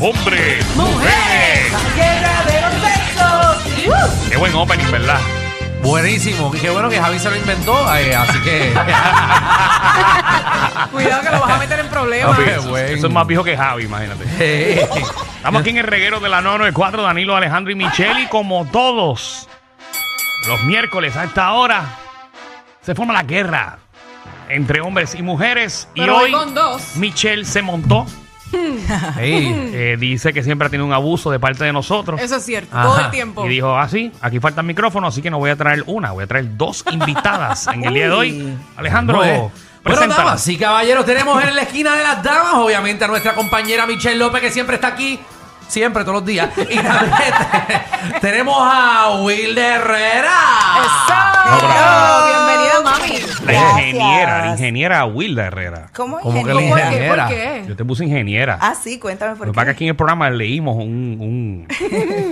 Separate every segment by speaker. Speaker 1: Hombre, mujeres. Qué buen opening, ¿verdad?
Speaker 2: Buenísimo. Qué bueno que Javi se lo inventó. eh, así que.
Speaker 3: Cuidado que lo vas a meter en problemas.
Speaker 1: Papi,
Speaker 2: qué
Speaker 1: eso,
Speaker 2: buen.
Speaker 1: eso es más viejo que Javi, imagínate.
Speaker 2: eh,
Speaker 1: Estamos aquí en el reguero de la 994, Danilo, Alejandro y Michelle, y como todos los miércoles a esta hora, se forma la guerra entre hombres y mujeres.
Speaker 3: Pero
Speaker 1: y
Speaker 3: hoy
Speaker 1: hoy
Speaker 3: con dos. Mm.
Speaker 1: Michelle se montó.
Speaker 2: sí.
Speaker 1: eh, dice que siempre ha tenido un abuso de parte de nosotros.
Speaker 3: Eso es cierto,
Speaker 2: Ajá.
Speaker 3: todo el tiempo.
Speaker 1: Y dijo, ah, sí, aquí faltan micrófonos, así que no voy a traer una, voy a traer dos invitadas en el día de hoy. Alejandro,
Speaker 4: eh.
Speaker 2: Bueno, Bueno,
Speaker 1: preséntalas.
Speaker 2: damas y caballeros, tenemos en la esquina de las damas, obviamente, a nuestra compañera Michelle López, que siempre está aquí. Siempre, todos los días. Y también te- tenemos a Will Herrera.
Speaker 3: ¡Ah!
Speaker 1: "Ah,
Speaker 3: ¡Eso! Bienvenida, mami.
Speaker 1: La
Speaker 4: Gracias.
Speaker 1: ingeniera, la ingeniera Wilda Herrera.
Speaker 4: ¿Cómo
Speaker 2: Como que
Speaker 4: ingeniero?
Speaker 2: la
Speaker 3: ¿Por qué?
Speaker 2: ingeniera.
Speaker 3: ¿Por qué?
Speaker 1: Yo te puse ingeniera.
Speaker 4: Ah, sí, cuéntame
Speaker 1: Lo
Speaker 4: por
Speaker 1: que pasa es que aquí
Speaker 4: qué.
Speaker 1: en el programa leímos un, un,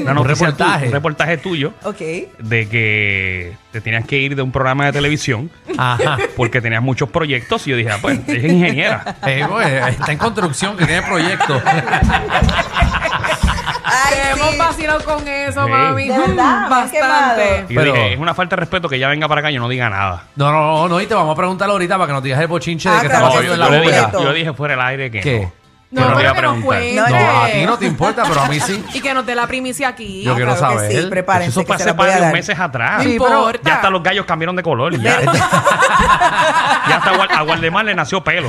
Speaker 1: una
Speaker 2: Un
Speaker 1: noticia tu-
Speaker 2: reportaje.
Speaker 1: un reportaje tuyo
Speaker 4: Ok.
Speaker 1: de que te tenías que ir de un programa de televisión
Speaker 2: Ajá.
Speaker 1: porque tenías muchos proyectos y yo dije, ah, pues, ella es ingeniera.
Speaker 2: Eh, bueno, está en construcción, que tiene proyecto.
Speaker 1: Ah,
Speaker 4: Ay,
Speaker 3: Te hemos
Speaker 4: sí.
Speaker 3: vacilado con eso,
Speaker 1: Sí.
Speaker 3: mami.
Speaker 4: De verdad, me han
Speaker 3: Bastante.
Speaker 4: quemado.
Speaker 1: Y yo
Speaker 2: Pero-
Speaker 1: dije, es una falta de respeto que ella venga para acá y yo no diga nada.
Speaker 2: No, no, no, no, y te vamos a preguntar ahorita para que nos digas el bochinche de
Speaker 4: Ah,
Speaker 2: que está
Speaker 4: claro
Speaker 1: No,
Speaker 4: que
Speaker 1: yo,
Speaker 2: pasando
Speaker 1: yo
Speaker 2: en
Speaker 4: sí,
Speaker 2: la
Speaker 1: le
Speaker 4: completo.
Speaker 1: dije,
Speaker 2: bóveda.
Speaker 1: yo le dije fuera del aire que
Speaker 2: ¿Qué?
Speaker 1: no.
Speaker 3: No,
Speaker 1: Yo no voy
Speaker 3: pero
Speaker 1: a
Speaker 3: que nos
Speaker 1: preguntar.
Speaker 3: cuente.
Speaker 4: No,
Speaker 2: No, a ti no te importa, pero a mí sí.
Speaker 3: Y que nos dé la primicia aquí.
Speaker 2: Yo quiero
Speaker 4: claro que
Speaker 2: saber.
Speaker 4: sí, prepárense.
Speaker 1: Eso
Speaker 4: que se
Speaker 1: fue hace
Speaker 4: las voy a
Speaker 1: varios
Speaker 4: dar.
Speaker 1: meses atrás.
Speaker 3: No
Speaker 1: Sí,
Speaker 3: importa.
Speaker 1: Ya hasta los gallos cambiaron de color. y Ya, ya hasta a Gual- a Gualdemar le nació pelo.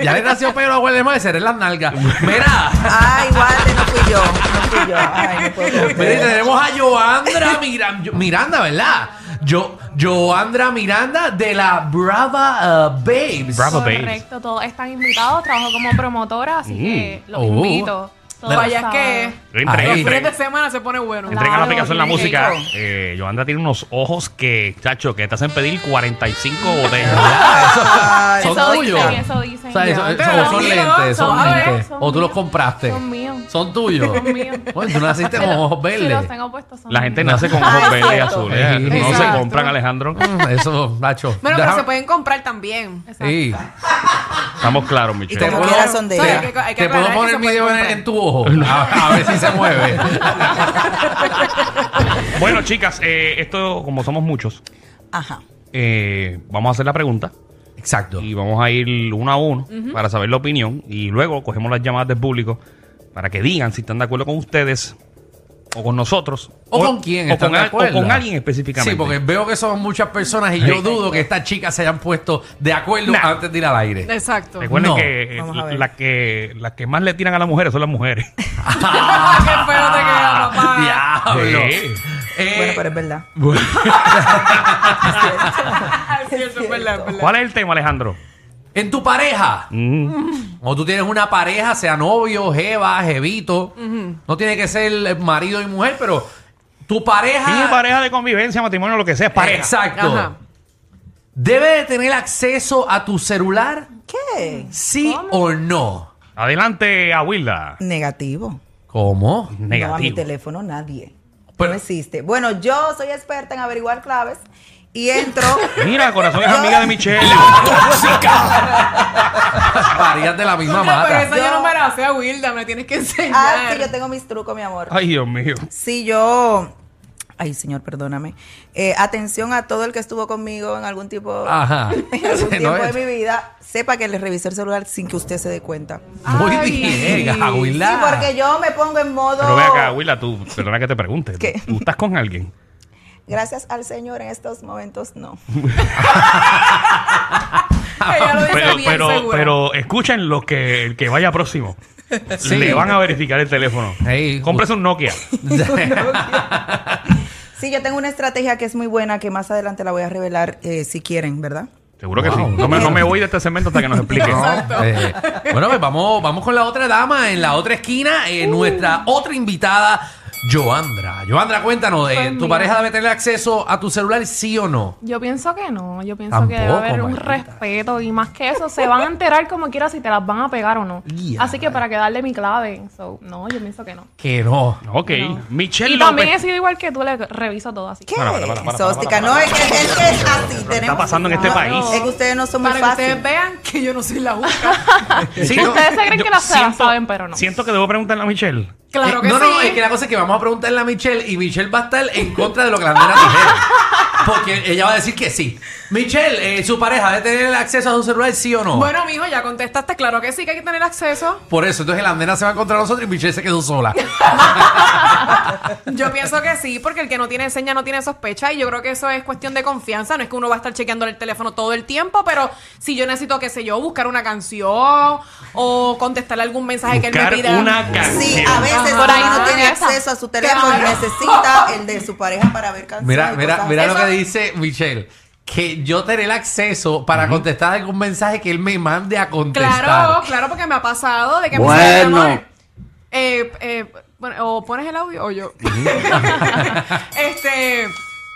Speaker 2: Ya le nació pero a Guardemar de ser en las nalgas. Mira,
Speaker 4: Ay, guarde, Ah, no fui yo. No fui yo. Ay, no puedo creer.
Speaker 2: mira, y
Speaker 1: "Eh".
Speaker 2: tenemos a Joandra Miran- Yo- Miranda, ¿verdad? Yo, Joandra Miranda de la Brava uh, Babes.
Speaker 1: Brava Babes.
Speaker 5: Correcto, todos están invitados. Trabajo como promotora, así que los
Speaker 2: Oh.
Speaker 5: invito. Todos
Speaker 3: Vaya
Speaker 5: saben.
Speaker 3: que
Speaker 1: Entrega,
Speaker 2: Ahí.
Speaker 3: los fines de
Speaker 1: entrega.
Speaker 3: semana se pone bueno.
Speaker 5: Entre-
Speaker 1: Entrega la aplicación la
Speaker 5: Claro,
Speaker 1: música.
Speaker 4: rico.
Speaker 1: Eh, Joanda tiene unos ojos que, chacho, que te hacen pedir 45 botellas.
Speaker 2: ¿Verdad? Eso-
Speaker 4: Ay,
Speaker 2: son
Speaker 5: Eso
Speaker 2: tuyos.
Speaker 5: dicen, eso dicen.
Speaker 2: O sea, eso-
Speaker 5: Ya,
Speaker 2: eso-
Speaker 3: pero
Speaker 2: son
Speaker 3: son
Speaker 2: lentes,
Speaker 3: míos,
Speaker 2: son
Speaker 3: son
Speaker 2: lentes.
Speaker 5: míos, son
Speaker 2: O tú los
Speaker 5: míos.
Speaker 2: compraste.
Speaker 5: Son míos.
Speaker 2: Son tuyos.
Speaker 5: Son míos.
Speaker 2: Bueno, tú naciste con ojos
Speaker 5: Si
Speaker 2: verdes.
Speaker 5: los tengo puestos son
Speaker 1: La gente
Speaker 5: míos.
Speaker 1: nace con
Speaker 4: Ah,
Speaker 1: ojos
Speaker 4: es
Speaker 1: verdes y
Speaker 4: cierto.
Speaker 1: azules.
Speaker 2: Sí.
Speaker 1: No se
Speaker 3: Exacto.
Speaker 1: compran, Alejandro.
Speaker 2: Mm, Eso, Nacho.
Speaker 3: Bueno, pero
Speaker 2: Déjame-
Speaker 3: se pueden comprar también.
Speaker 5: Exacto.
Speaker 2: Sí.
Speaker 1: Estamos claros,
Speaker 2: Te
Speaker 1: Michelle.
Speaker 4: Como
Speaker 2: puedo-
Speaker 4: quiera son de
Speaker 2: te-
Speaker 3: ella. Hay que- hay que
Speaker 2: Te puedo
Speaker 3: aclarar que
Speaker 2: poner
Speaker 3: se
Speaker 2: el
Speaker 3: puede
Speaker 2: video en,
Speaker 3: comprar.
Speaker 2: en tu ojo. A, a ver si se mueve.
Speaker 1: Bueno, chicas, eh, esto, como somos muchos,
Speaker 4: Ajá.
Speaker 1: eh, vamos a hacer la pregunta
Speaker 2: Exacto.
Speaker 1: y vamos a ir uno a uno para saber la opinión y luego cogemos las llamadas del público para que digan si están de acuerdo con ustedes o con nosotros.
Speaker 2: ¿O, con quién
Speaker 1: o
Speaker 2: están
Speaker 1: con,
Speaker 2: de
Speaker 1: al-
Speaker 2: acuerdo?
Speaker 1: o con alguien específicamente.
Speaker 2: Sí, porque veo que son muchas personas y yo dudo que estas chicas se hayan puesto de acuerdo
Speaker 1: Nah.
Speaker 2: antes de ir al aire.
Speaker 3: Exacto.
Speaker 1: Recuerden
Speaker 2: No.
Speaker 1: que, eh,
Speaker 4: Vamos a ver.
Speaker 1: la que las que más le tiran a las mujeres son las mujeres.
Speaker 3: Qué feo te queda, papá.
Speaker 2: Ah, ¡Diablo!
Speaker 1: Sí.
Speaker 2: Eh,
Speaker 4: Bueno, pero es verdad.
Speaker 3: Es cierto, es verdad, es verdad.
Speaker 1: ¿Cuál es el tema, Alejandro?
Speaker 2: En tu pareja,
Speaker 1: Mm.
Speaker 4: Mm.
Speaker 2: o tú tienes una pareja, sea novio, jeva, jevito, no tiene que ser marido y mujer, pero tu pareja...
Speaker 1: Tiene pareja de convivencia, matrimonio, lo que sea, es pareja.
Speaker 2: Exacto.
Speaker 3: Ajá.
Speaker 2: ¿Debe de tener acceso a tu celular?
Speaker 4: ¿Qué?
Speaker 2: ¿Sí o no?
Speaker 1: Adelante a Wilda.
Speaker 4: Negativo.
Speaker 2: ¿Cómo?
Speaker 4: No, a mi
Speaker 1: Negativo.
Speaker 4: teléfono nadie.
Speaker 2: Pero-
Speaker 4: no existe. Bueno, yo soy experta en averiguar claves y entro.
Speaker 1: Mira, corazón es amiga de Michelle.
Speaker 2: Varías de la misma
Speaker 3: No, pero
Speaker 2: mata.
Speaker 3: esa yo no me la sé a Wilda, me la tienes que enseñar.
Speaker 4: Ah, sí, yo tengo mis trucos, mi amor.
Speaker 1: Ay, Dios mío.
Speaker 4: Sí, yo Ay, señor, perdóname. Eh, atención a todo el que estuvo conmigo en algún tipo,
Speaker 1: Ah.
Speaker 2: Ajá.
Speaker 4: en algún
Speaker 2: No,
Speaker 4: tiempo de
Speaker 2: es-
Speaker 4: mi vida, sepa que le revisé el celular sin que usted se dé cuenta.
Speaker 2: Muy
Speaker 5: Ay.
Speaker 2: bien, Gahuilá.
Speaker 4: Sí, porque yo me pongo en modo.
Speaker 1: Pero ve acá, Willa, tú, perdona que te pregunte.
Speaker 4: ¿Qué?
Speaker 1: ¿Tú estás con alguien?
Speaker 4: Gracias al Señor en estos momentos, no.
Speaker 3: Ella lo dice
Speaker 1: Pero,
Speaker 3: bien
Speaker 1: pero,
Speaker 3: segura.
Speaker 1: pero escuchen lo que el que vaya próximo.
Speaker 2: Sí.
Speaker 1: Le van a verificar el teléfono.
Speaker 2: Ey,
Speaker 1: Cómprese un Nokia.
Speaker 4: Sí, yo tengo una estrategia que es muy buena, que más adelante la voy a revelar eh, si quieren, ¿verdad?
Speaker 1: Seguro que
Speaker 2: Wow.
Speaker 1: sí. No me, no me voy de este segmento hasta que nos expliquen.
Speaker 2: No, eh, bueno, pues vamos, vamos con la otra dama en la otra esquina, eh, nuestra otra invitada, Joandra. Joandra, cuéntanos, eh,
Speaker 5: Pues
Speaker 2: ¿tu
Speaker 5: mira.
Speaker 2: pareja debe tener acceso a tu celular, sí o no?
Speaker 5: Yo pienso que no, yo pienso que debe
Speaker 2: Tampoco,
Speaker 5: haber un
Speaker 2: maldita.
Speaker 5: respeto y más que eso, se van a enterar como quiera si te las van a pegar o no.
Speaker 2: Ya.
Speaker 5: Así que para que darle mi clave, so, no, yo pienso que no.
Speaker 2: Que no.
Speaker 1: Ok. Michelle
Speaker 5: y también he
Speaker 1: López.
Speaker 5: sido igual que tú, le reviso todo así.
Speaker 4: ¿Qué?
Speaker 1: Para, para, para, para,
Speaker 4: Exóstica.
Speaker 1: para, para,
Speaker 4: No, es que es, que es así.
Speaker 1: está
Speaker 4: tenemos-
Speaker 1: pasando en este
Speaker 5: país?
Speaker 4: Es que ustedes no son muy
Speaker 3: Para que ustedes
Speaker 4: fáciles.
Speaker 3: vean que yo no soy la única.
Speaker 1: Sí,
Speaker 5: Ustedes
Speaker 1: no,
Speaker 5: se creen
Speaker 1: yo
Speaker 5: que las se las
Speaker 1: siento-
Speaker 5: saben, pero no.
Speaker 1: Siento que debo preguntarle a Michelle.
Speaker 3: Claro
Speaker 2: Eh,
Speaker 3: que
Speaker 2: no,
Speaker 3: sí.
Speaker 2: no, es que la cosa es que vamos a preguntarle a Michelle y Michelle va a estar en contra de lo que la nena dijeron. Porque ella va a decir que sí. Michelle, eh, ¿su pareja debe tener acceso a su celular, sí o no?
Speaker 3: Bueno, mijo, ya contestaste. Claro que sí, que hay que tener acceso.
Speaker 2: Por eso, entonces la nena se va contra nosotros y Michelle se quedó sola.
Speaker 3: Yo pienso que sí, porque el que no tiene seña no tiene sospecha y yo creo que eso es cuestión de confianza. No es que uno va a estar chequeando el teléfono todo el tiempo, pero si yo necesito, qué sé yo, buscar una canción o contestarle algún mensaje que él
Speaker 1: Buscar
Speaker 3: me pida.
Speaker 1: una canción.
Speaker 4: Sí, a veces
Speaker 3: Por ahí
Speaker 4: uno
Speaker 3: no
Speaker 4: no tiene
Speaker 5: regresa.
Speaker 4: acceso a su teléfono y
Speaker 3: Claro.
Speaker 4: necesita el de su pareja para ver canciones.
Speaker 2: Mira,
Speaker 4: y
Speaker 2: mira,
Speaker 4: cosas
Speaker 2: mira lo
Speaker 3: Eso-
Speaker 2: que dice Michelle. Que yo tener el acceso para contestar algún mensaje que él me mande a contestar.
Speaker 3: Claro, claro, porque me ha pasado de que me dicen, mi amor, eh, eh, bueno, o pones el audio o yo. este,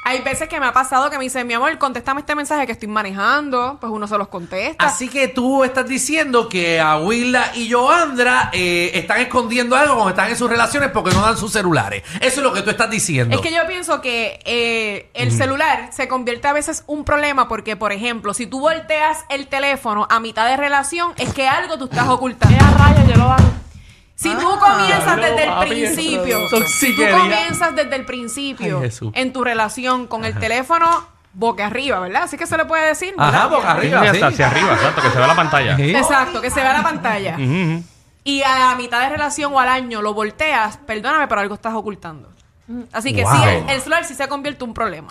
Speaker 3: hay veces que me ha pasado que me dicen, mi amor, contéstame este mensaje que estoy manejando, pues uno se los contesta.
Speaker 2: Así que tú estás diciendo que a Willa y Joandra eh, están escondiendo algo cuando están en sus relaciones porque no dan sus celulares. Eso es lo que tú estás diciendo.
Speaker 3: Es que yo pienso que eh, el celular se convierte a veces un problema porque, por ejemplo, si tú volteas el teléfono a mitad de relación, es que algo tú estás
Speaker 5: Eh,
Speaker 3: ocultando.
Speaker 5: a rayos, yo lo hago.
Speaker 3: Si tú
Speaker 4: Ah.
Speaker 3: comienzas
Speaker 4: Claro,
Speaker 3: desde el
Speaker 2: papi,
Speaker 3: principio,
Speaker 2: eso es
Speaker 3: tú
Speaker 2: toxiquería.
Speaker 3: comienzas desde el principio
Speaker 2: Ay, Jesús.
Speaker 3: en tu relación con el teléfono boca arriba, ¿verdad? Así que se le puede decir.
Speaker 2: Ajá,
Speaker 3: ¿verdad?
Speaker 2: boca arriba.
Speaker 1: Sí,
Speaker 2: sí.
Speaker 1: hasta hacia arriba, exacto, que se vea la pantalla.
Speaker 2: Sí.
Speaker 3: Exacto, que se vea la pantalla.
Speaker 2: Mm.
Speaker 1: Ujú.
Speaker 3: Y a la mitad de relación o al año lo volteas, perdóname, pero algo estás ocultando.
Speaker 4: Mm.
Speaker 3: Así que sí,
Speaker 2: Wow.
Speaker 3: el, el celular sí se convierte en un problema.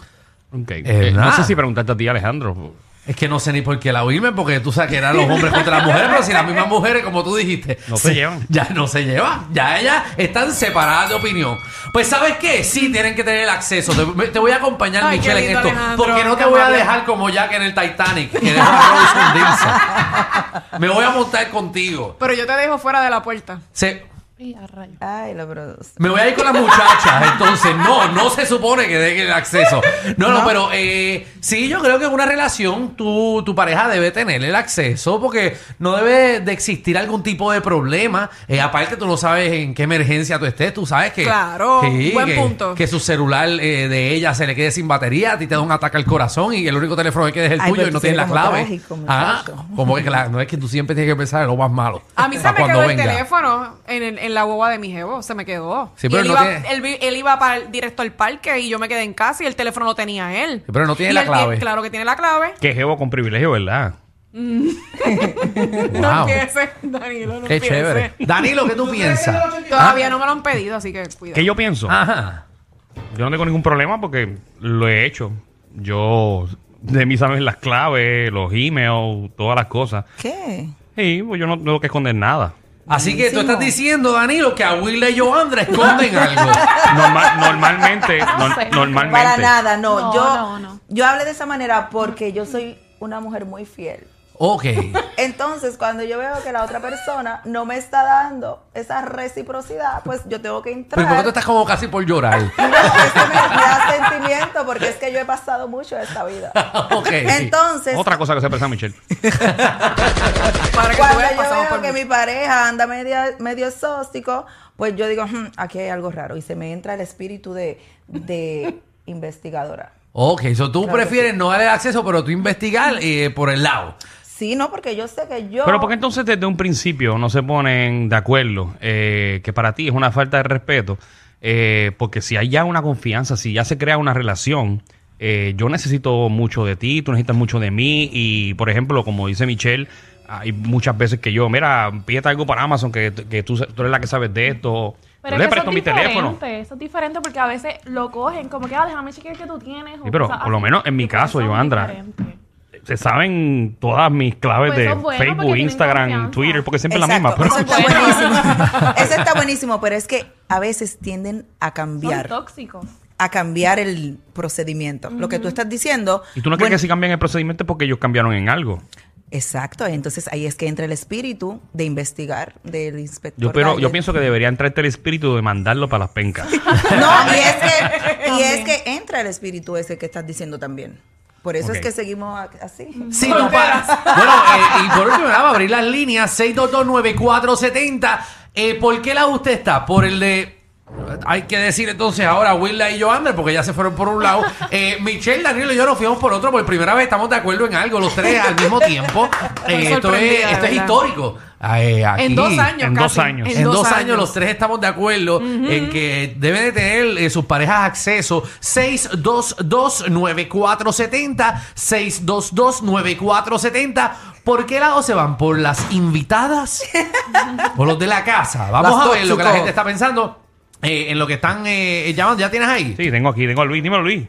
Speaker 1: Ok.
Speaker 2: Eh,
Speaker 1: Eh, no
Speaker 2: nada.
Speaker 1: sé si preguntarte a ti, Alejandro.
Speaker 2: Es que no sé ni por qué la oírme, porque tú sabes que eran los hombres contra las mujeres, pero si las mismas mujeres, como tú dijiste,
Speaker 1: No se llevan.
Speaker 2: Ya no se llevan. Ya ellas están separadas de opinión. Pues, ¿sabes qué? Sí, tienen que tener el acceso. Te, me- te voy a acompañar,
Speaker 3: Ay, qué
Speaker 2: Michelle, en
Speaker 3: lindo,
Speaker 2: esto.
Speaker 3: Alejandro,
Speaker 2: porque no te
Speaker 3: qué
Speaker 2: voy a
Speaker 3: amable.
Speaker 2: dejar como Jack en el Titanic, que dejó a Rose hundirse. Me voy a montar contigo.
Speaker 3: Pero yo te dejo fuera de la puerta.
Speaker 2: Se-
Speaker 5: Y a rayos.
Speaker 4: Ay, lo produce.
Speaker 2: me voy a ir con las muchachas, entonces no, no se supone que den el acceso. No, no, pero eh, sí, yo creo que en una relación tu, tu pareja debe tener el acceso porque no debe de existir algún tipo de problema. Eh, aparte, tú no sabes en qué emergencia tú estés, tú sabes que...
Speaker 3: Claro, buen
Speaker 2: que,
Speaker 3: punto.
Speaker 2: Que su celular eh, de ella se le quede sin batería, a ti te da un ataque al corazón y el único teléfono que queda es el
Speaker 4: Ay,
Speaker 2: tuyo
Speaker 4: pero
Speaker 2: y no
Speaker 4: tú eres
Speaker 2: tienes la
Speaker 4: como
Speaker 2: clave.
Speaker 4: trágico,
Speaker 2: ah,
Speaker 4: muchacho.
Speaker 2: como que la- no es que tú siempre tienes que pensar en lo más malo.
Speaker 3: A mí se
Speaker 2: Pa'
Speaker 3: me
Speaker 2: cuando
Speaker 3: quedó el
Speaker 2: venga.
Speaker 3: teléfono en, el- en la boba de mi jevo, se me quedó.
Speaker 2: Sí,
Speaker 3: Y
Speaker 2: pero
Speaker 3: él,
Speaker 2: no
Speaker 3: iba,
Speaker 2: tiene-
Speaker 3: él, vi- él iba para el- directo al parque y yo me quedé en casa y el teléfono lo tenía él.
Speaker 2: Sí, pero no tiene
Speaker 3: Y
Speaker 2: la
Speaker 3: él
Speaker 2: clave.
Speaker 3: claro que tiene la clave.
Speaker 1: Que jevo con privilegio, ¿verdad?
Speaker 3: No
Speaker 2: Wow.
Speaker 3: empieces, Danilo, no
Speaker 2: Qué
Speaker 3: empieces.
Speaker 2: chévere. Ah. Danilo, ¿qué tú piensas?
Speaker 3: Todavía no me lo han pedido, así que cuidado.
Speaker 1: ¿Qué yo pienso?
Speaker 2: Ah. Ajá.
Speaker 1: Yo no tengo ningún problema porque lo he hecho. Yo de mí saben las claves, los emails, todas las cosas.
Speaker 4: ¿Qué?
Speaker 1: Y pues yo no tengo que esconder nada.
Speaker 2: Así que tú
Speaker 4: Buenísimo.
Speaker 2: estás diciendo, Danilo, que a Willa y Joandra esconden algo.
Speaker 1: Normal- normalmente,
Speaker 5: No
Speaker 1: no-
Speaker 5: sé.
Speaker 1: normalmente.
Speaker 4: Para nada, no.
Speaker 5: No,
Speaker 4: yo,
Speaker 5: no, no.
Speaker 4: yo hablé de esa manera porque yo soy una mujer muy fiel.
Speaker 2: Ok.
Speaker 4: Entonces, cuando yo veo que la otra persona no me está dando esa reciprocidad, pues yo tengo que entrar.
Speaker 2: Pero ¿por qué tú estás como casi por llorar?
Speaker 4: No, es que me, me da sentimiento porque es que yo he pasado mucho de esta vida.
Speaker 2: ok.
Speaker 4: Entonces,
Speaker 1: Otra cosa que se presa Michelle.
Speaker 3: Para que tú
Speaker 4: cuando
Speaker 3: veas,
Speaker 4: yo
Speaker 3: pasamos
Speaker 4: veo
Speaker 3: por
Speaker 4: que
Speaker 3: mí.
Speaker 4: mi pareja anda media- medio exóstico, pues yo digo, "Hmm, aquí hay algo raro. Y se me entra el espíritu de, de investigadora.
Speaker 2: Ok, so tú
Speaker 4: Claro que
Speaker 2: prefieres no darle acceso, pero tú investigar eh, por el lado.
Speaker 4: Sí, no, porque yo sé que yo.
Speaker 1: Pero ¿por qué entonces desde un principio no se ponen de acuerdo eh, que para ti es una falta de respeto eh, porque si hay ya una confianza, si ya se crea una relación, eh, yo necesito mucho de ti, tú necesitas mucho de mí y, por ejemplo, como dice Michelle, hay muchas veces que yo, mira, pídete algo para Amazon, que, que tú, tú eres la que sabes de esto.
Speaker 5: Pero
Speaker 1: yo
Speaker 5: es
Speaker 1: le
Speaker 5: que
Speaker 1: presto
Speaker 5: eso es
Speaker 1: mi teléfono.
Speaker 5: diferente, eso es diferente porque a veces lo cogen como que, ah, déjame chequear que tú tienes. o
Speaker 1: Sí, pero
Speaker 5: cosas
Speaker 1: por lo
Speaker 5: así.
Speaker 1: menos en mi
Speaker 5: Y por eso
Speaker 1: caso,
Speaker 5: es
Speaker 1: Joandra,
Speaker 5: diferente.
Speaker 1: Se saben todas mis claves
Speaker 5: Pues eso
Speaker 1: de
Speaker 5: es bueno, porque
Speaker 1: Facebook,
Speaker 5: tienen
Speaker 1: Instagram,
Speaker 5: confianza.
Speaker 1: Twitter, porque siempre es la
Speaker 4: Exacto,
Speaker 1: misma.
Speaker 4: Eso
Speaker 1: pero-
Speaker 4: está buenísimo. Eso está buenísimo, pero es que a veces tienden a
Speaker 5: Son
Speaker 4: cambiar,
Speaker 5: tóxicos.
Speaker 4: a cambiar el procedimiento. Lo que tú estás diciendo.
Speaker 1: ¿Y tú no crees
Speaker 4: bueno,
Speaker 1: que si cambian el procedimiento porque ellos cambiaron en algo?
Speaker 4: Exacto, entonces ahí es que entra el espíritu de investigar del inspector.
Speaker 1: Yo, pero, yo
Speaker 4: Gallet.
Speaker 1: pienso que debería entrarte el espíritu de mandarlo para las pencas.
Speaker 4: No, y es que, y es que entra el espíritu ese que estás diciendo también. Por eso
Speaker 1: Ok.
Speaker 4: es que seguimos a- así.
Speaker 2: Si no paras. Bueno, eh, y por último, nada, va a abrir las líneas 6229470. Eh, ¿Por qué lado usted está? Por el de. Hay que decir entonces ahora Willa y Joander, porque ya se fueron por un lado. Eh, Michelle, Danilo y yo nos fuimos por otro. Por primera vez estamos de acuerdo en algo, los tres al mismo tiempo. Eh,
Speaker 3: Estoy
Speaker 2: esto es,
Speaker 3: sorprendida,
Speaker 2: esto es
Speaker 3: ¿verdad?
Speaker 2: histórico. Ay, aquí.
Speaker 3: En dos años.
Speaker 1: en
Speaker 3: casi.
Speaker 1: dos años.
Speaker 2: En, dos, años, los tres estamos de acuerdo en que deben de tener eh, sus parejas acceso 622-9470, 622-9470. ¿Por qué lado se van? ¿Por las invitadas o los de la casa? Vamos
Speaker 4: Las
Speaker 2: a ver lo que la
Speaker 4: tóxicos.
Speaker 2: gente está pensando eh, en lo que están eh, llamando. ¿Ya tienes ahí?
Speaker 1: Sí, tengo aquí, tengo a Luis. Dímelo, Luis.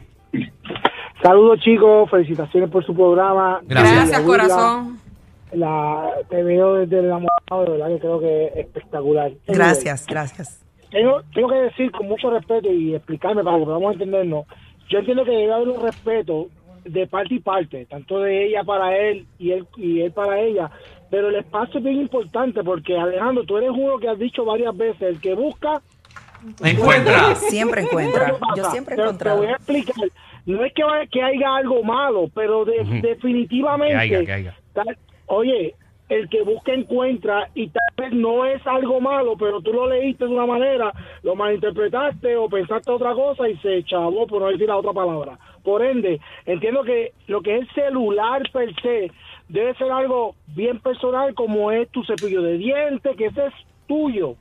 Speaker 6: Saludos chicos, felicitaciones por su programa.
Speaker 2: Gracias.
Speaker 3: Gracias, corazón.
Speaker 6: La, te veo desde el enamorado, de verdad que creo que es espectacular.
Speaker 4: Gracias, gracias.
Speaker 6: Tengo, tengo que decir con mucho respeto y explicarme para que podamos entendernos. Yo entiendo que debe haber un respeto de parte y parte, tanto de ella para él y él y él para ella. Pero el espacio es bien importante porque Alejandro, tú eres uno que has dicho varias veces, el que busca
Speaker 2: Encuentra.
Speaker 4: Siempre encuentra. Yo
Speaker 6: pasa?
Speaker 4: siempre he
Speaker 6: Te- Te
Speaker 4: encontrado.
Speaker 6: voy a explicar. No es que, vaya- que haya algo malo, pero de- definitivamente.
Speaker 1: Que haya, que haya.
Speaker 6: tal- oye, el que busca encuentra y tal vez no es algo malo, pero tú lo leíste de una manera, lo malinterpretaste o pensaste otra cosa y se chavó por no decir la otra palabra. Por ende, entiendo que lo que es el celular per se debe ser algo bien personal como es tu cepillo de dientes, que ese es tuyo.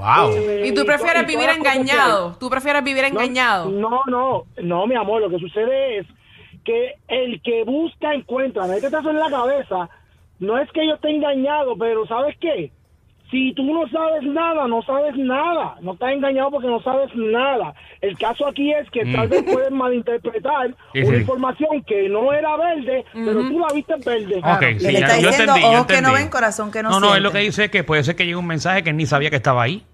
Speaker 1: Ah.
Speaker 2: ¡Wow!
Speaker 6: Eh,
Speaker 3: ¿Y tú prefieres
Speaker 6: todas
Speaker 3: vivir
Speaker 6: las cosas que-
Speaker 3: engañado? ¿Tú prefieres vivir
Speaker 6: no,
Speaker 3: engañado?
Speaker 6: No, no, no, mi amor, lo que sucede es que el que busca encuentra, métete eso en la cabeza. No es que yo esté engañado, pero ¿sabes qué? Si tú no sabes nada, no sabes nada. No estás engañado porque no sabes nada. El caso aquí es que tal vez puedes malinterpretar
Speaker 1: Mm. Sí,
Speaker 6: una
Speaker 1: sí.
Speaker 6: información que no era verde, pero tú la viste verde.
Speaker 1: Ok,
Speaker 6: Claro.
Speaker 1: sí,
Speaker 4: Le
Speaker 1: ya,
Speaker 4: está
Speaker 1: yo
Speaker 4: diciendo,
Speaker 1: entendí, yo
Speaker 4: ojos que no
Speaker 1: entendí.
Speaker 4: ven, corazón que no
Speaker 1: No, no, es lo que
Speaker 4: siente.
Speaker 1: dice que puede ser que llegue un mensaje que él ni sabía que estaba ahí.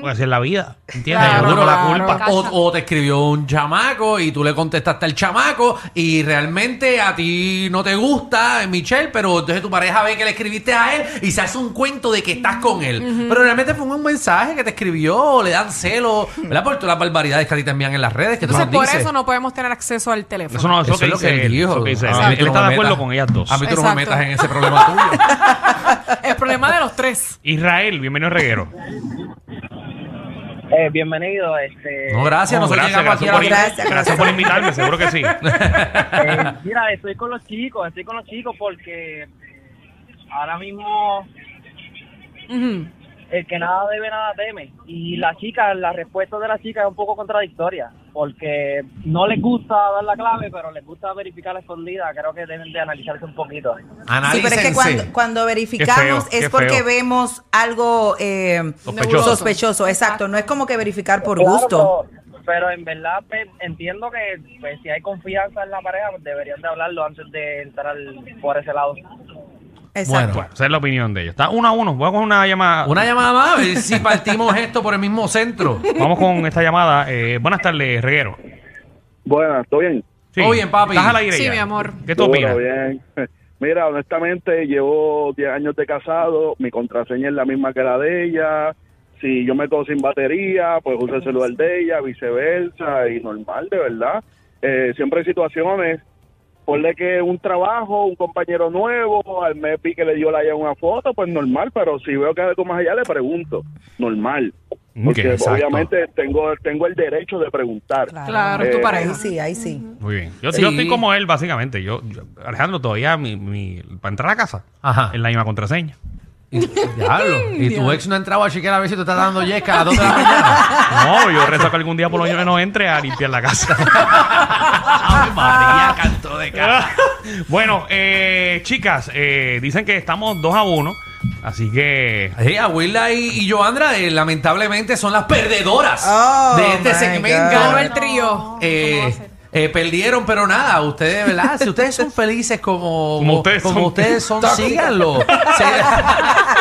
Speaker 1: Puede ser la vida, ¿entiendes?
Speaker 3: Claro,
Speaker 1: Yo tengo la
Speaker 3: claro.
Speaker 1: culpa.
Speaker 2: O, o te escribió un chamaco y tú le contestaste al chamaco y realmente a ti no te gusta eh, Michelle, pero entonces tu pareja ve que le escribiste a él y se hace un cuento de que estás con él. Pero realmente fue un mensaje que te escribió, o le dan celo, ¿verdad? Por todas las barbaridades que a ti te envían en las redes. Que tú
Speaker 3: Entonces,
Speaker 2: nos
Speaker 3: por
Speaker 2: dices.
Speaker 3: eso no podemos tener acceso al teléfono.
Speaker 1: Eso no eso
Speaker 2: Eso
Speaker 1: es lo que dice él. Eso que dice él.
Speaker 2: A mí
Speaker 1: Él
Speaker 2: tú Ah, no
Speaker 1: está de
Speaker 2: me
Speaker 1: acuerdo
Speaker 2: metas.
Speaker 1: con ellas dos.
Speaker 2: A mí tú no me
Speaker 3: Exacto.
Speaker 2: metas en ese problema tuyo.
Speaker 3: El problema de los tres.
Speaker 1: Israel, bienvenido Reguero.
Speaker 7: Eh, bienvenido. Este,
Speaker 2: No, gracias,
Speaker 1: No,
Speaker 2: nosotros llegamos aquí a
Speaker 1: por,
Speaker 2: la-
Speaker 1: in-
Speaker 4: Gracias,
Speaker 1: gracias por invitarme, seguro que sí.
Speaker 7: eh, mira, estoy con los chicos, estoy con los chicos porque ahora mismo
Speaker 3: Ujú.
Speaker 7: el que nada debe, nada teme. Y la chica, la respuesta de la chica es un poco contradictoria porque no les gusta dar la clave, pero les gusta verificar la escondida. Creo que deben de analizarse un poquito.
Speaker 4: Sí, pero es que
Speaker 2: Analícense.
Speaker 4: cuando, cuando verificamos
Speaker 1: Qué feo, qué
Speaker 4: es porque
Speaker 1: feo.
Speaker 4: vemos algo eh,
Speaker 1: Sospechoso.
Speaker 4: sospechoso, Exacto, no es como que verificar por
Speaker 7: Claro,
Speaker 4: gusto.
Speaker 7: pero, pero en verdad pues, entiendo que pues, si hay confianza en la pareja, pues, deberían de hablarlo antes de entrar por ese lado.
Speaker 4: Exacto.
Speaker 1: Bueno, esa es la opinión de ellos. Está uno a uno. Voy a coger una llamada.
Speaker 2: Una llamada más, a ver si partimos esto por el mismo centro.
Speaker 1: Vamos con esta llamada. Eh, buenas tardes, Reguero.
Speaker 8: Bueno, ¿todo bien?
Speaker 1: Sí.
Speaker 2: Todo bien, papi.
Speaker 1: Estás al aire
Speaker 3: Sí,
Speaker 1: ya.
Speaker 3: mi amor.
Speaker 1: ¿Qué tú
Speaker 8: Todo
Speaker 1: opinas?
Speaker 8: bien. Mira, honestamente, llevo 10 años de casado, mi contraseña es la misma que la de ella. Si yo me quedo sin batería, pues uso el celular de ella, viceversa, y normal, de verdad. Eh, siempre hay situaciones, ponle que un trabajo, un compañero nuevo, al mes vi que le dio la ya una foto, pues normal, pero si veo que hay algo más allá, le pregunto, normal. Porque
Speaker 1: Ok, exacto.
Speaker 8: obviamente tengo, tengo el derecho de preguntar.
Speaker 3: Claro, es tu
Speaker 8: Eh,
Speaker 3: pareja.
Speaker 4: Ahí sí, ahí sí.
Speaker 1: Muy bien. Yo,
Speaker 2: Sí.
Speaker 1: yo estoy como él, básicamente. Yo, yo- Alejandro, todavía mi, mi- para entrar a casa
Speaker 2: Ajá.
Speaker 1: es la misma contraseña.
Speaker 2: Y, diablo. Y tu ex no ha entrado a chequear a ver si te está dando yesca a las 2 de la mañana.
Speaker 1: No, yo rezo que algún día por lo menos no entre a limpiar la casa.
Speaker 2: Ave María, canto de cara.
Speaker 1: bueno, eh, chicas, eh, dicen que estamos 2 a 1. Así que.
Speaker 2: Sí, Abuela y, y Joandra, eh, lamentablemente, son las perdedoras
Speaker 4: Oh,
Speaker 2: de este
Speaker 4: my
Speaker 2: segmento.
Speaker 4: God.
Speaker 3: Ganó el trío.
Speaker 2: Eh,
Speaker 5: ¿Cómo va a ser?
Speaker 2: eh, perdieron, pero nada, ustedes, ¿verdad? Si ustedes son felices como,
Speaker 1: Como ustedes son.
Speaker 2: ustedes son, síganlo. Sí,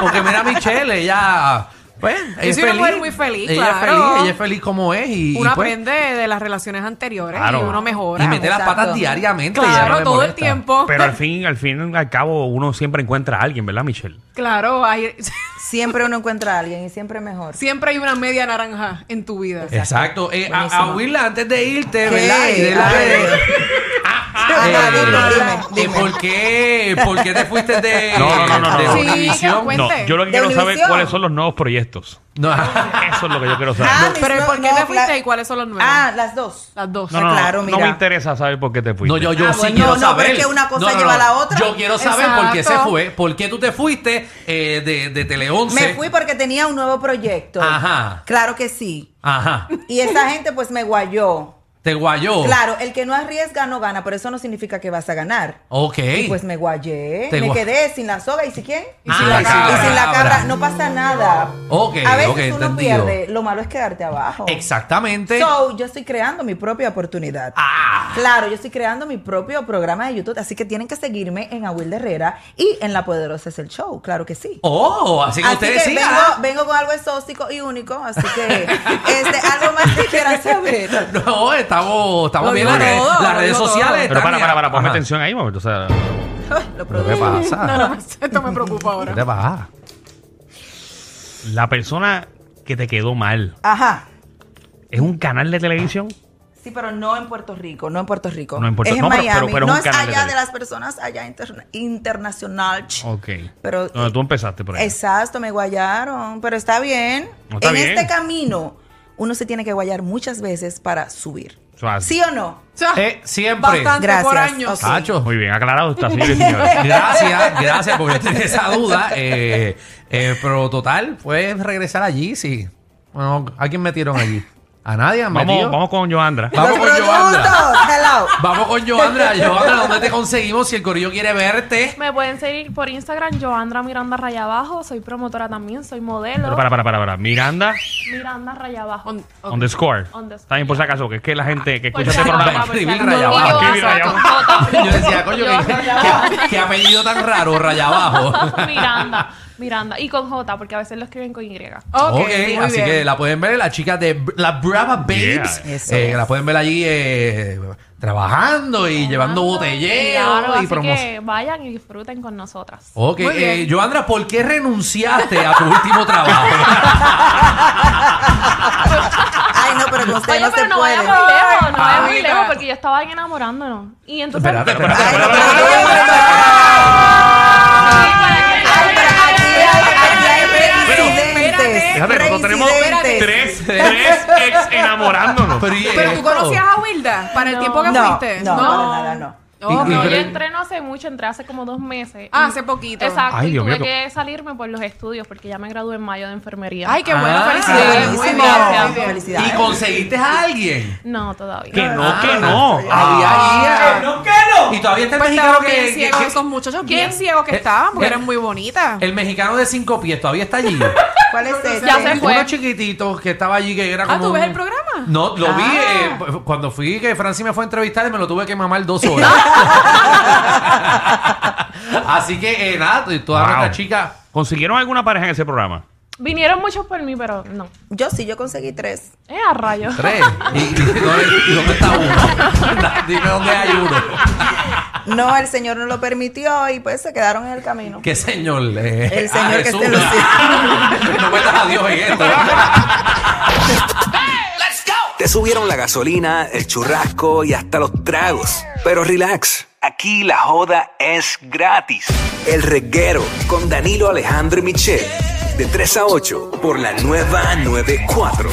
Speaker 2: porque mira a Michelle, ella. Pues, ella
Speaker 3: soy una mujer muy feliz,
Speaker 2: Ella es
Speaker 3: claro.
Speaker 2: feliz, ella es feliz como es. Y,
Speaker 3: Uno
Speaker 2: y, pues,
Speaker 3: aprende de las relaciones anteriores
Speaker 1: Claro.
Speaker 3: y uno mejora.
Speaker 2: y mete las
Speaker 4: Exacto.
Speaker 2: patas diariamente. ella no
Speaker 3: Claro,
Speaker 2: le
Speaker 3: todo el
Speaker 2: molesta.
Speaker 3: tiempo.
Speaker 1: Pero al fin, al fin y al cabo, uno siempre encuentra a alguien, ¿verdad, Michelle?
Speaker 3: Claro, hay-
Speaker 4: Siempre uno encuentra a alguien y siempre mejor.
Speaker 3: siempre hay una media naranja en tu vida.
Speaker 2: Exacto. Eh, a, a
Speaker 4: Buenísimo.
Speaker 2: Willa, antes de irte,
Speaker 4: ¿Qué?
Speaker 2: ¿verdad? Y de la-
Speaker 4: A ver.
Speaker 2: Eh,
Speaker 4: Ajá, dime,
Speaker 2: ¿y
Speaker 4: dime, dime.
Speaker 2: ¿Por qué? ¿Por qué te fuiste de,
Speaker 1: No, no, no, no, no.
Speaker 2: de
Speaker 1: Sí,
Speaker 2: Univision?
Speaker 3: que
Speaker 1: No,
Speaker 3: Cuente.
Speaker 1: yo lo que
Speaker 4: ¿De
Speaker 1: quiero saber
Speaker 4: Univisión?
Speaker 1: cuáles son los nuevos proyectos.
Speaker 2: No.
Speaker 1: Eso es lo que yo quiero
Speaker 4: Ah,
Speaker 1: saber.
Speaker 4: mis
Speaker 3: Pero
Speaker 4: no-
Speaker 3: ¿por qué
Speaker 4: no,
Speaker 3: te fuiste
Speaker 4: la-
Speaker 3: y cuáles son los nuevos?
Speaker 4: Ah, las dos.
Speaker 3: Las dos.
Speaker 1: No, no, no,
Speaker 4: claro,
Speaker 1: no
Speaker 4: mira.
Speaker 1: me interesa saber por qué te fuiste.
Speaker 2: No, yo, yo
Speaker 4: Ah,
Speaker 2: sí
Speaker 4: bueno,
Speaker 2: quiero
Speaker 4: no,
Speaker 2: saber.
Speaker 4: pero es que una cosa lleva a la otra.
Speaker 2: Yo quiero saber por qué se
Speaker 3: Exacto.
Speaker 2: fue, por qué tú te fuiste eh, de, de Tele 11.
Speaker 4: Me fui porque tenía un nuevo proyecto.
Speaker 2: Ajá.
Speaker 4: Claro que sí.
Speaker 2: Ajá.
Speaker 4: Y esa gente pues me guayó.
Speaker 2: Te guayó.
Speaker 4: Claro, el que no arriesga no gana, pero eso no significa que vas a ganar.
Speaker 2: Ok.
Speaker 4: Y pues me guayé,
Speaker 2: Te
Speaker 4: me
Speaker 2: gua-
Speaker 4: quedé sin la soga y si quién?
Speaker 2: Y sin
Speaker 4: Ah,
Speaker 2: la
Speaker 4: y
Speaker 2: cabra.
Speaker 4: sin la cabra, no pasa nada.
Speaker 2: Ok,
Speaker 4: a veces
Speaker 2: ok,
Speaker 4: uno
Speaker 2: entendido.
Speaker 4: pierde, lo malo es quedarte abajo.
Speaker 2: Exactamente.
Speaker 4: So, yo estoy creando mi propia oportunidad.
Speaker 2: Ah.
Speaker 4: Claro, yo estoy creando mi propio programa de YouTube, así que tienen que seguirme en Abuel de Herrera y en La Poderosa es el show, claro que sí.
Speaker 2: Oh, así que
Speaker 4: Así
Speaker 2: ustedes
Speaker 4: que
Speaker 2: sigan.
Speaker 1: ¿ah?
Speaker 4: vengo, vengo con algo exótico y único, así que este, algo más que quieran saber.
Speaker 2: No, estamos, estamos
Speaker 3: Lo
Speaker 2: bien
Speaker 3: digo
Speaker 2: las redes-
Speaker 3: todo,
Speaker 2: las
Speaker 3: lo
Speaker 2: redes
Speaker 3: digo todo.
Speaker 2: sociales.
Speaker 1: Pero
Speaker 2: están
Speaker 1: para,
Speaker 2: bien.
Speaker 1: para, pues, para, ponme
Speaker 2: Ajá.
Speaker 1: atención ahí, momento. O sea,
Speaker 4: Lo
Speaker 2: ¿Pero ¿Qué
Speaker 4: produjo.
Speaker 2: pasa?
Speaker 3: No, no, esto me preocupa ahora.
Speaker 2: ¿Qué te pasa?
Speaker 1: la persona que te quedó mal
Speaker 4: Ajá.
Speaker 1: es un canal de televisión.
Speaker 4: Sí, pero no en Puerto Rico, no en Puerto Rico.
Speaker 1: No en Puerto-
Speaker 4: es en
Speaker 1: no, pero-
Speaker 4: Miami.
Speaker 1: pero- pero es
Speaker 4: no
Speaker 1: un
Speaker 4: es
Speaker 1: canal de
Speaker 4: allá de
Speaker 1: televisión.
Speaker 4: las personas, allá interna- internacional. ch.
Speaker 1: Ok.
Speaker 4: Pero-
Speaker 1: Donde tú empezaste por ahí.
Speaker 4: Exacto, me guayaron, pero está bien.
Speaker 1: No, está
Speaker 4: en
Speaker 1: bien.
Speaker 4: este camino, uno se tiene que guayar muchas veces para subir.
Speaker 1: Suave.
Speaker 4: ¿Sí o no?
Speaker 3: O sea,
Speaker 2: Eh, siempre.
Speaker 3: Bastante por
Speaker 4: Gracias,
Speaker 3: años.
Speaker 4: ok.
Speaker 2: Cacho.
Speaker 1: Muy bien, aclarado está, señores y señores.
Speaker 2: Gracias, gracias, porque yo tenía esa duda. eh, eh, pero total, puedes regresar allí, sí. Bueno, ¿a quién metieron allí? A nadie, han metido?
Speaker 1: Vamos, vamos con Joandra.
Speaker 2: Vamos
Speaker 4: Los
Speaker 2: con Joandra.
Speaker 4: productos, hello.
Speaker 2: Vamos con Joandra. Joandra, ¿dónde te conseguimos si el corillo quiere verte?
Speaker 5: Me pueden seguir por Instagram, Joandra Miranda Raya Abajo. Soy promotora también, soy modelo.
Speaker 1: Pero para, para, para, para. Miranda
Speaker 5: Miranda Raya Abajo.
Speaker 3: on- ok.
Speaker 1: underscore.
Speaker 5: Underscore.
Speaker 1: También por si abajo, que es que la gente que
Speaker 5: Por
Speaker 1: escucha este
Speaker 5: si acaso,
Speaker 1: programa.
Speaker 5: por si
Speaker 2: Escribir Raya
Speaker 5: acaso. Y yo
Speaker 2: Abajo.
Speaker 5: voy a
Speaker 1: Escribir
Speaker 5: hacer
Speaker 1: Raya
Speaker 5: con
Speaker 2: Yo
Speaker 5: Jota.
Speaker 2: decía, coño, qué, qué- qué apellido tan raro, raya abajo.
Speaker 5: Miranda, Miranda. Y con J, porque a veces lo escriben con Y.
Speaker 3: Ok,
Speaker 2: Ok,
Speaker 3: muy
Speaker 2: así
Speaker 3: bien.
Speaker 2: que la pueden ver, la chica de Br- la Brava Babes.
Speaker 1: Yeah.
Speaker 4: Eso
Speaker 2: Eh,
Speaker 4: es.
Speaker 2: la pueden ver allí eh, trabajando y llevando botellero
Speaker 5: Claro,
Speaker 2: y
Speaker 5: así
Speaker 2: promoción.
Speaker 5: que vayan y disfruten con nosotras.
Speaker 2: Ok,
Speaker 3: Muy
Speaker 2: eh,
Speaker 3: bien.
Speaker 2: Joandra, ¿por qué renunciaste a tu último trabajo?
Speaker 4: Ay, no, pero con usted
Speaker 5: Oye,
Speaker 4: no
Speaker 5: pero
Speaker 4: se
Speaker 5: no
Speaker 4: puede.
Speaker 5: vaya muy lejos, no vaya
Speaker 4: Ay,
Speaker 5: muy
Speaker 4: mira.
Speaker 5: lejos, porque yo estaba ahí enamorándonos. Y entonces.
Speaker 2: Espérate,
Speaker 4: Ay,
Speaker 2: espérate,
Speaker 4: no, pero-
Speaker 2: espérate.
Speaker 4: Ay, pero aquí hay- aquí hay
Speaker 1: Pero-
Speaker 4: reincidentes,
Speaker 1: Fíjate, nosotros tenemos
Speaker 4: reincidentes.
Speaker 1: tres, tres ex enamorándonos.
Speaker 2: Pero, ¿y
Speaker 3: Pero tú
Speaker 2: esto?
Speaker 3: conocías a Wilda para el
Speaker 5: No.
Speaker 3: tiempo que
Speaker 4: No,
Speaker 3: fuiste.
Speaker 4: no, para nada, no.
Speaker 3: Oh,
Speaker 2: Y- y-
Speaker 5: No,
Speaker 3: no,
Speaker 5: yo
Speaker 2: pero-
Speaker 5: entré no hace mucho, entré hace como dos meses.
Speaker 3: Ah,
Speaker 5: Y-
Speaker 3: hace poquito.
Speaker 5: Exacto,
Speaker 1: Ay,
Speaker 5: y
Speaker 1: Dios
Speaker 5: tuve
Speaker 1: mío, qué-
Speaker 5: que salirme por los estudios porque ya me gradué en mayo de enfermería.
Speaker 3: Ay, qué
Speaker 2: Ah,
Speaker 3: bueno,
Speaker 2: sí,
Speaker 3: felicidades. Muy
Speaker 4: sí,
Speaker 3: bien,
Speaker 4: no,
Speaker 3: muy bien.
Speaker 4: felicidades.
Speaker 2: ¿Y conseguiste a alguien?
Speaker 5: No, todavía.
Speaker 1: Que no,
Speaker 2: Ah,
Speaker 1: que no.
Speaker 2: Ahí, ahí, ahí.
Speaker 3: Que
Speaker 2: Y todavía está el
Speaker 3: Ah. Pues
Speaker 2: mexicano
Speaker 3: estaban
Speaker 2: que-
Speaker 3: bien
Speaker 2: que-
Speaker 3: ciegos
Speaker 2: que,
Speaker 3: esos muchachos, bien
Speaker 2: Eh,
Speaker 3: ciegos que
Speaker 2: eh,
Speaker 3: estaban, porque
Speaker 2: eh,
Speaker 3: eran muy bonitas.
Speaker 2: El mexicano de cinco pies todavía está allí.
Speaker 4: ¿Cuál es este?
Speaker 5: Ya se fue.
Speaker 2: Uno chiquitito que estaba allí que era
Speaker 3: Ah,
Speaker 2: como.
Speaker 3: ¿tú ves
Speaker 2: un-
Speaker 3: el programa? Ah.
Speaker 2: No, lo vi eh, p- cuando fui que Francis me fue a entrevistar y me lo tuve que mamar dos horas. Así que eh, nada, y toda
Speaker 1: Wow.
Speaker 2: nuestra chica.
Speaker 1: ¿Consiguieron alguna pareja en ese programa?
Speaker 5: Vinieron muchos por mí, pero no.
Speaker 4: Yo sí, yo conseguí tres.
Speaker 5: Es a rayos.
Speaker 2: Tres. ¿Y, y dónde, y dónde está uno? Dime dónde hay uno.
Speaker 4: No, el señor no lo permitió y pues se quedaron en el camino.
Speaker 2: ¿Qué señor? Eh,
Speaker 4: El
Speaker 2: ah,
Speaker 4: señor que
Speaker 2: Jesús.
Speaker 4: esté en los-
Speaker 2: No metas a Dios en esto.
Speaker 9: Te subieron la gasolina, el churrasco y hasta los tragos. Pero relax, aquí la joda es gratis. El reguero con Danilo Alejandro y Michel, de 3 a 8 por la nueva 94.